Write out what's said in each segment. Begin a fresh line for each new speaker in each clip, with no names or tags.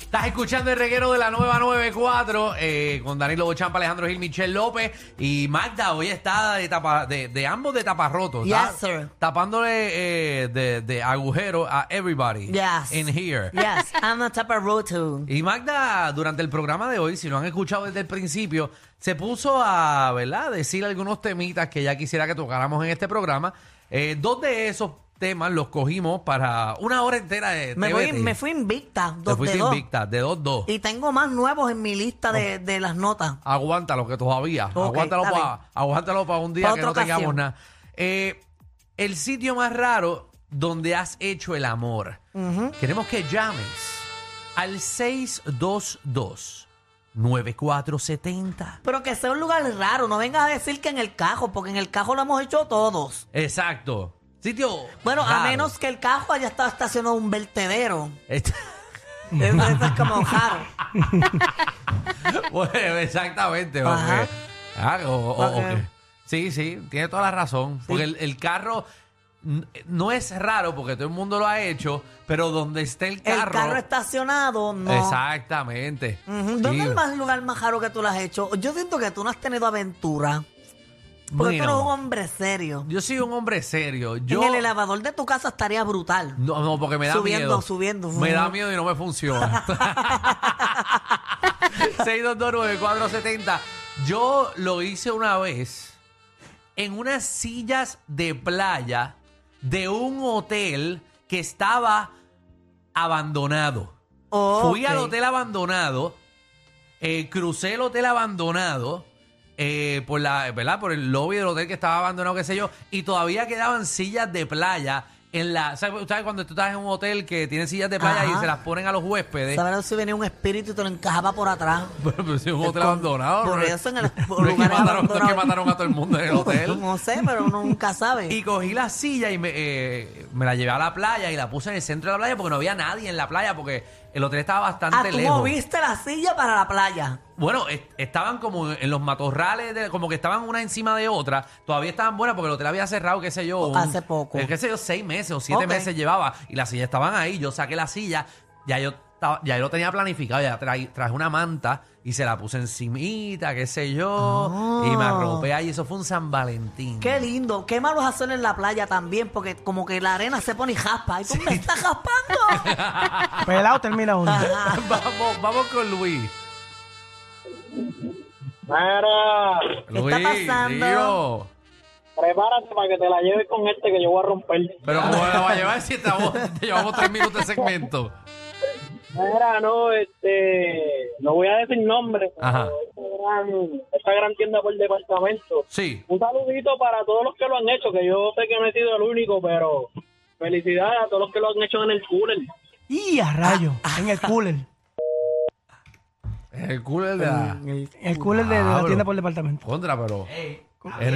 Estás escuchando el reguero de la nueva 94 eh, con Danilo Bochampa, Alejandro Gil, Michelle López y Magda. Hoy está de, tapa- de, de ambos de taparrotos.
Yes,
está
sir.
Tapándole eh, de, de agujero a everybody
Yes.
in here.
Yes, I'm a taparoto.
Y Magda, durante el programa de hoy, si lo han escuchado desde el principio, se puso a ¿verdad? decir algunos temitas que ya quisiera que tocáramos en este programa. Eh, dos de esos temas los cogimos para una hora entera de
Me fui,
TBT.
me fui invicta,
Te
dos de
fuiste
dos.
invicta, de 2-2.
Y tengo más nuevos en mi lista de, de las notas.
Aguántalo que todavía.
Ok,
aguántalo
está
para aguántalo pa un día
Pa'
que
otra
no tengamos
ocasión.
nada. Eh, el sitio más raro donde has hecho el amor. Queremos que llames al 622 9470.
Pero que sea un lugar raro, no vengas a decir que en el cajo, porque en el cajo lo hemos hecho todos.
Exacto. Sitio.
Bueno,
raro.
a menos que el cajo haya estado estacionado en un vertedero.
Est-
Eso, eso es como raro.
Bueno, Pues, exactamente.
Ajá.
porque- ah, o- o-
Ok.
o que- Sí, sí, tiene toda la razón. Porque el, el carro n- no es raro porque todo el mundo lo ha hecho, pero donde esté el
El
carro.
carro estacionado, no.
Exactamente.
Ujú. ¿Dónde
Sí.
es el más lugar más raro que tú lo has hecho? Yo siento que tú no has tenido aventura. Porque
Bueno,
tú eres un hombre serio.
Yo soy un hombre serio. Yo
En el elevador de tu casa estaría brutal.
no, no, porque me da
Subiendo,
miedo.
subiendo.
Me da miedo y no me funciona. 6229470. Yo lo hice una vez en unas sillas de playa de un hotel que estaba abandonado.
Oh,
Fui al
ok.
hotel abandonado, eh, crucé el hotel abandonado eh, por la, ¿verdad? Por el lobby del hotel que estaba abandonado, qué sé yo, y todavía quedaban sillas de playa en la, ¿sabes? ¿Sabes cuando tú estás en un hotel que tiene sillas de playa y
Ajá.
se las ponen a los huéspedes?
Sabrás si venía un espíritu y te lo encajaba por atrás.
Pero, pero si es un
El
hotel
con-
abandonado.
por
no es-
eso en el-
no
lugar
es que mataron, no es que
abandonado.
mataron a todo el mundo en el hotel.
No sé, pero uno nunca sabe.
Y cogí la silla y me, eh, me la llevé a la playa y la puse en el centro de la playa porque no había nadie en la playa porque el hotel estaba bastante
ah, tú
lejos.
moviste la silla para la playa.
Bueno, est- estaban como en los matorrales, de- como que estaban una encima de otra. Todavía estaban buenas porque el hotel había cerrado, qué sé yo.
O- Oh, hace poco.
eh, qué sé yo, seis meses o siete
Ok.
meses llevaba. Y las sillas estaban ahí. Yo saqué la silla. Ya yo, estaba- ya yo lo tenía planificado. Ya tra- traje una manta y se la puse encimita, qué sé yo. Y me arropé ahí. Eso fue un San Valentín.
Ah. Qué lindo. Qué malo es hacerlo en la playa también, porque como que la arena se pone y jaspa. ¿Y tú me estás jaspando?
Pelado termina uno.
Ah.
Ajá.
vamos, vamos con Luis.
Mira,
¿Qué está
Luis,
pasando?
tío.
prepárate para que te la lleves con este que yo voy a romper.
Pero ¿cómo me la va a llevar si estamos, llevamos tres minutos de segmento?
Mira, no, este, no voy a decir nombre. pero
Ajá.
Esta gran, esta gran tienda por departamento.
Sí.
Un saludito para todos los que lo han hecho, que yo sé que no he sido el único, pero felicidades a todos los que lo han hecho en el cooler.
Y a rayo,
Ah,
en el cooler.
El culo de la...
En el, en el cooler de, de la
Diablo.
tienda por el departamento.
Contra, pero en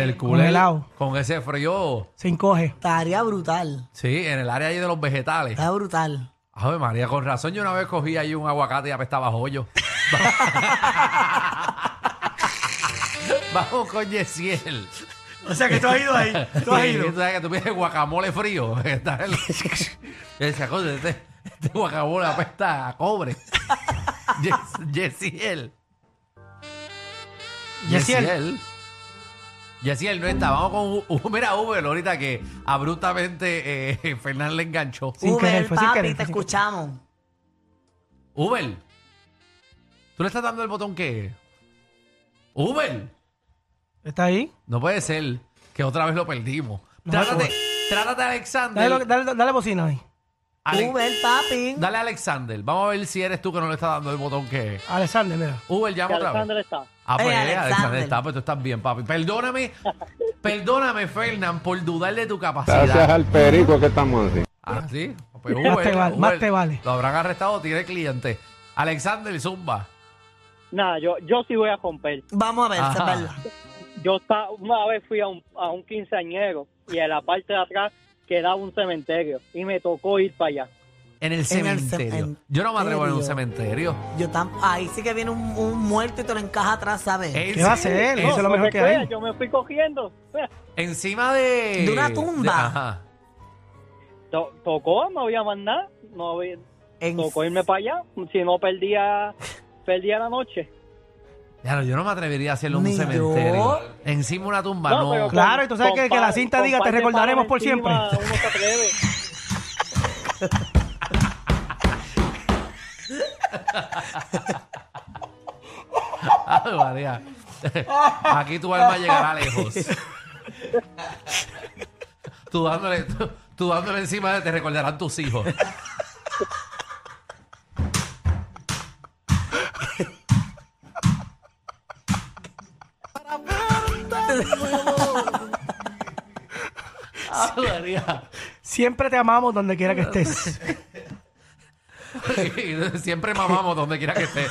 el culé,
Congelado.
con ese frío,
Se encoge.
Estaría brutal.
sí, en el área ahí de los vegetales.
Está brutal.
Ave María, con razón yo una vez cogí ahí un aguacate y apestaba a hoyo. Vamos con Yesiel.
O sea que tú has ido ahí.
Sí, tú sabes que tú pides guacamole frío. Está el- Y decía, "Coño, este, este guacamole apesta a cobre. Yes- Yesiel.
Yesiel.
Yesiel. Yesiel no está. Vamos con. U- U- Mira, Uber, ahorita que abruptamente eh, Fernández le enganchó.
Sin
Uber,
querer, fue sin
papi,
querer,
te
fue sin querer.
escuchamos.
Uber. ¿Tú le estás dando el botón que Uber.
¿Está ahí?
No puede ser que otra vez lo perdimos.
No,
Trátate,
Uber.
trátate a
Dale,
Alexander.
lo- dale, dale bocina ahí.
Ale-
Uber, papi.
Dale a Alexander. Vamos a ver si eres tú que no le estás dando el botón que
Alexander, mira.
Uber,
Que
llama otra vez.
Alexander está.
Ah, pues
Eh,
eh,
Alexander.
Alexander. está, pues tú estás bien, papi. Perdóname, perdóname, Fernán, por dudar de tu
Gracias
capacidad.
al perico que estamos así.
Ah, sí. Pues Uber,
Más te vale, más
Uber,
te vale.
Lo habrán arrestado, tiene cliente. Alexander Zumba.
Nada, yo, yo sí voy a romper.
Vamos a ver,
Ajá.
se verdad.
Yo está, una vez fui a un, a un quinceañero y en la parte de atrás quedaba un cementerio y me tocó ir para allá.
En el
En el
cementerio. Yo no me atrevo a ir a un cementerio.
Yo tam- ahí sí que viene un, un muerto y te lo encaja atrás, ¿sabes?
¿En
¿Qué va a
serio?
hacer? Eso es lo
No,
mejor
te
que
creas,
hay.
Yo me fui cogiendo.
Encima de.
De una tumba.
de- ajá.
To- tocó, no había más nada. No había,
En-
Tocó irme para allá, si no perdía, perdía la noche.
Ya, no, yo no me atrevería a hacerlo en un
Ni
cementerio.
yo.
Encima una tumba, no.
pero
Claro, y tú sabes
con
que- que la
pa-
cinta
con
diga, "Te
par de
recordaremos
palos
por siempre".
encima, Uno se atreve.
Ay, María. Aquí tu alma llegará lejos. Tú dándole, tú, tú dándole encima de te recordarán tus hijos. Ay, María.
Siempre te amamos donde quiera que estés.
Siempre mamamos donde quiera que esté.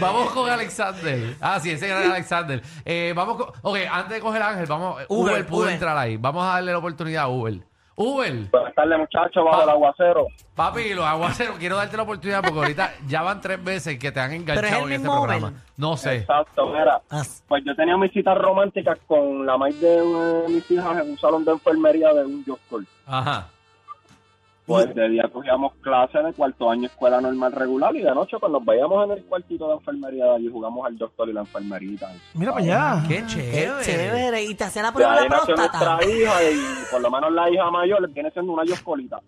Vamos con Alexander. Ah, sí, ese era Alexander. Eh, vamos con, ok, antes de coger a Ángel, vamos. Uber,
Uber,
pudo
Uber.
entrar ahí. Vamos a darle la oportunidad a Uber. Uber,
Buenas tardes, muchachos, bajo
Ah.
el aguacero.
papi, los aguaceros, quiero darte la oportunidad porque ahorita ya van tres veces que te han enganchado
Pero es el
en este
mismo
programa.
Uber.
No sé.
Exacto, mira.
Ah,
Pues yo tenía mis citas románticas con la madre de una de mis hijas en un salón de enfermería de un yoscol.
Ajá.
Pues de día cogíamos clases de cuarto año escuela normal regular y de noche pues nos veíamos en el cuartito de enfermería de allí jugamos al doctor y la enfermerita.
Mira para allá.
Qué
qué
chévere.
chévere. Y te hacían la
De
prueba de
ahí
la
nació
próstata.
nuestra hija y por lo menos la hija mayor viene siendo una yoscolita.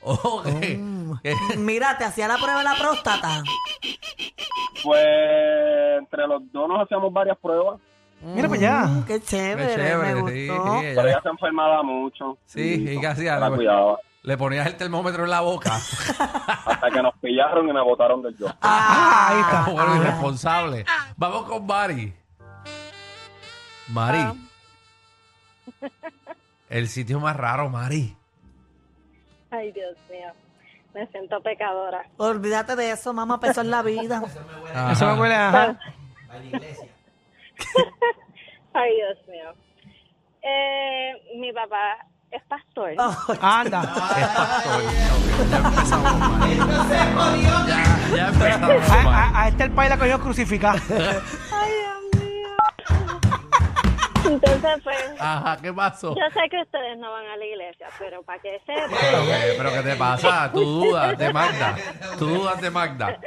Ok.
Mm. Mira, te hacía la prueba de la próstata.
Pues entre los dos nos hacíamos varias pruebas,
Mira para allá.
Mm, Qué
Qué
chévere,
chévere.
me
sí,
gustó.
sí,
pero
ella-
ella se enfermaba mucho.
Sí, ¿y qué hacía?
La cuidaba.
Le ponías el termómetro en la boca.
Hasta que nos pillaron y me botaron del yoscol.
Ah, ahí está.
Bueno, irresponsable. Vamos con Mari. Mari.
Ah.
El sitio más raro, Mari.
Ay, Dios mío. Me siento pecadora.
Olvídate de eso, mamá, pesó en la vida.
Ajá.
Ah. Eso me huele a... ajá.
Ay, Dios mío. Eh, mi papá es pastor.
Ah. Anda.
Es pastor. Ok, Ya empezamos, Mari. Ya, ya empezamos,
A,
Mari.
a- a este el país la cogió crucificada.
Ay, Dios mío. Entonces, pues,
Ajá, ¿qué pasó?
yo sé que ustedes no van a la iglesia, pero para que sepan,
Pero que- pero ¿qué te pasa? Tú dudas de Magda. Tú dudas de Magda.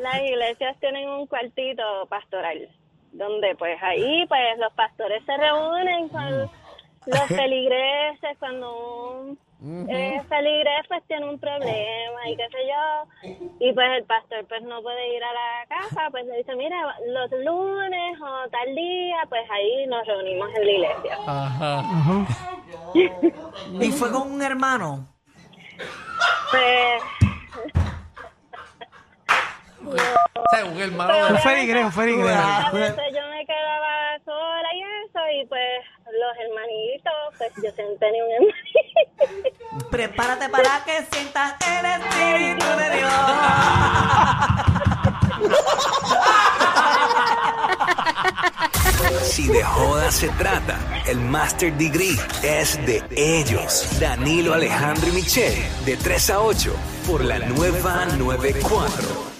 las iglesias tienen un cuartito pastoral, donde pues ahí pues los pastores se reúnen con los feligreses cuando un eh, feligres pues tiene un problema y qué sé yo, y pues el pastor pues no puede ir a la casa, pues le dice, mira, los lunes o tal día, pues ahí nos reunimos en la iglesia.
Ajá.
Y fue con un hermano.
Pues
Según el hermano de
Un feligrés, un feligrés.
A
ah.
pues.
veces yo me quedaba sola y eso, y pues los hermanitos, pues yo siempre tenía un hermanito.
Prepárate para que sientas el Espíritu de Dios.
Si de joda se trata, el Master Degree es de ellos. Danilo Alejandro y Michelle, de 3 a 8, por la nueva 94.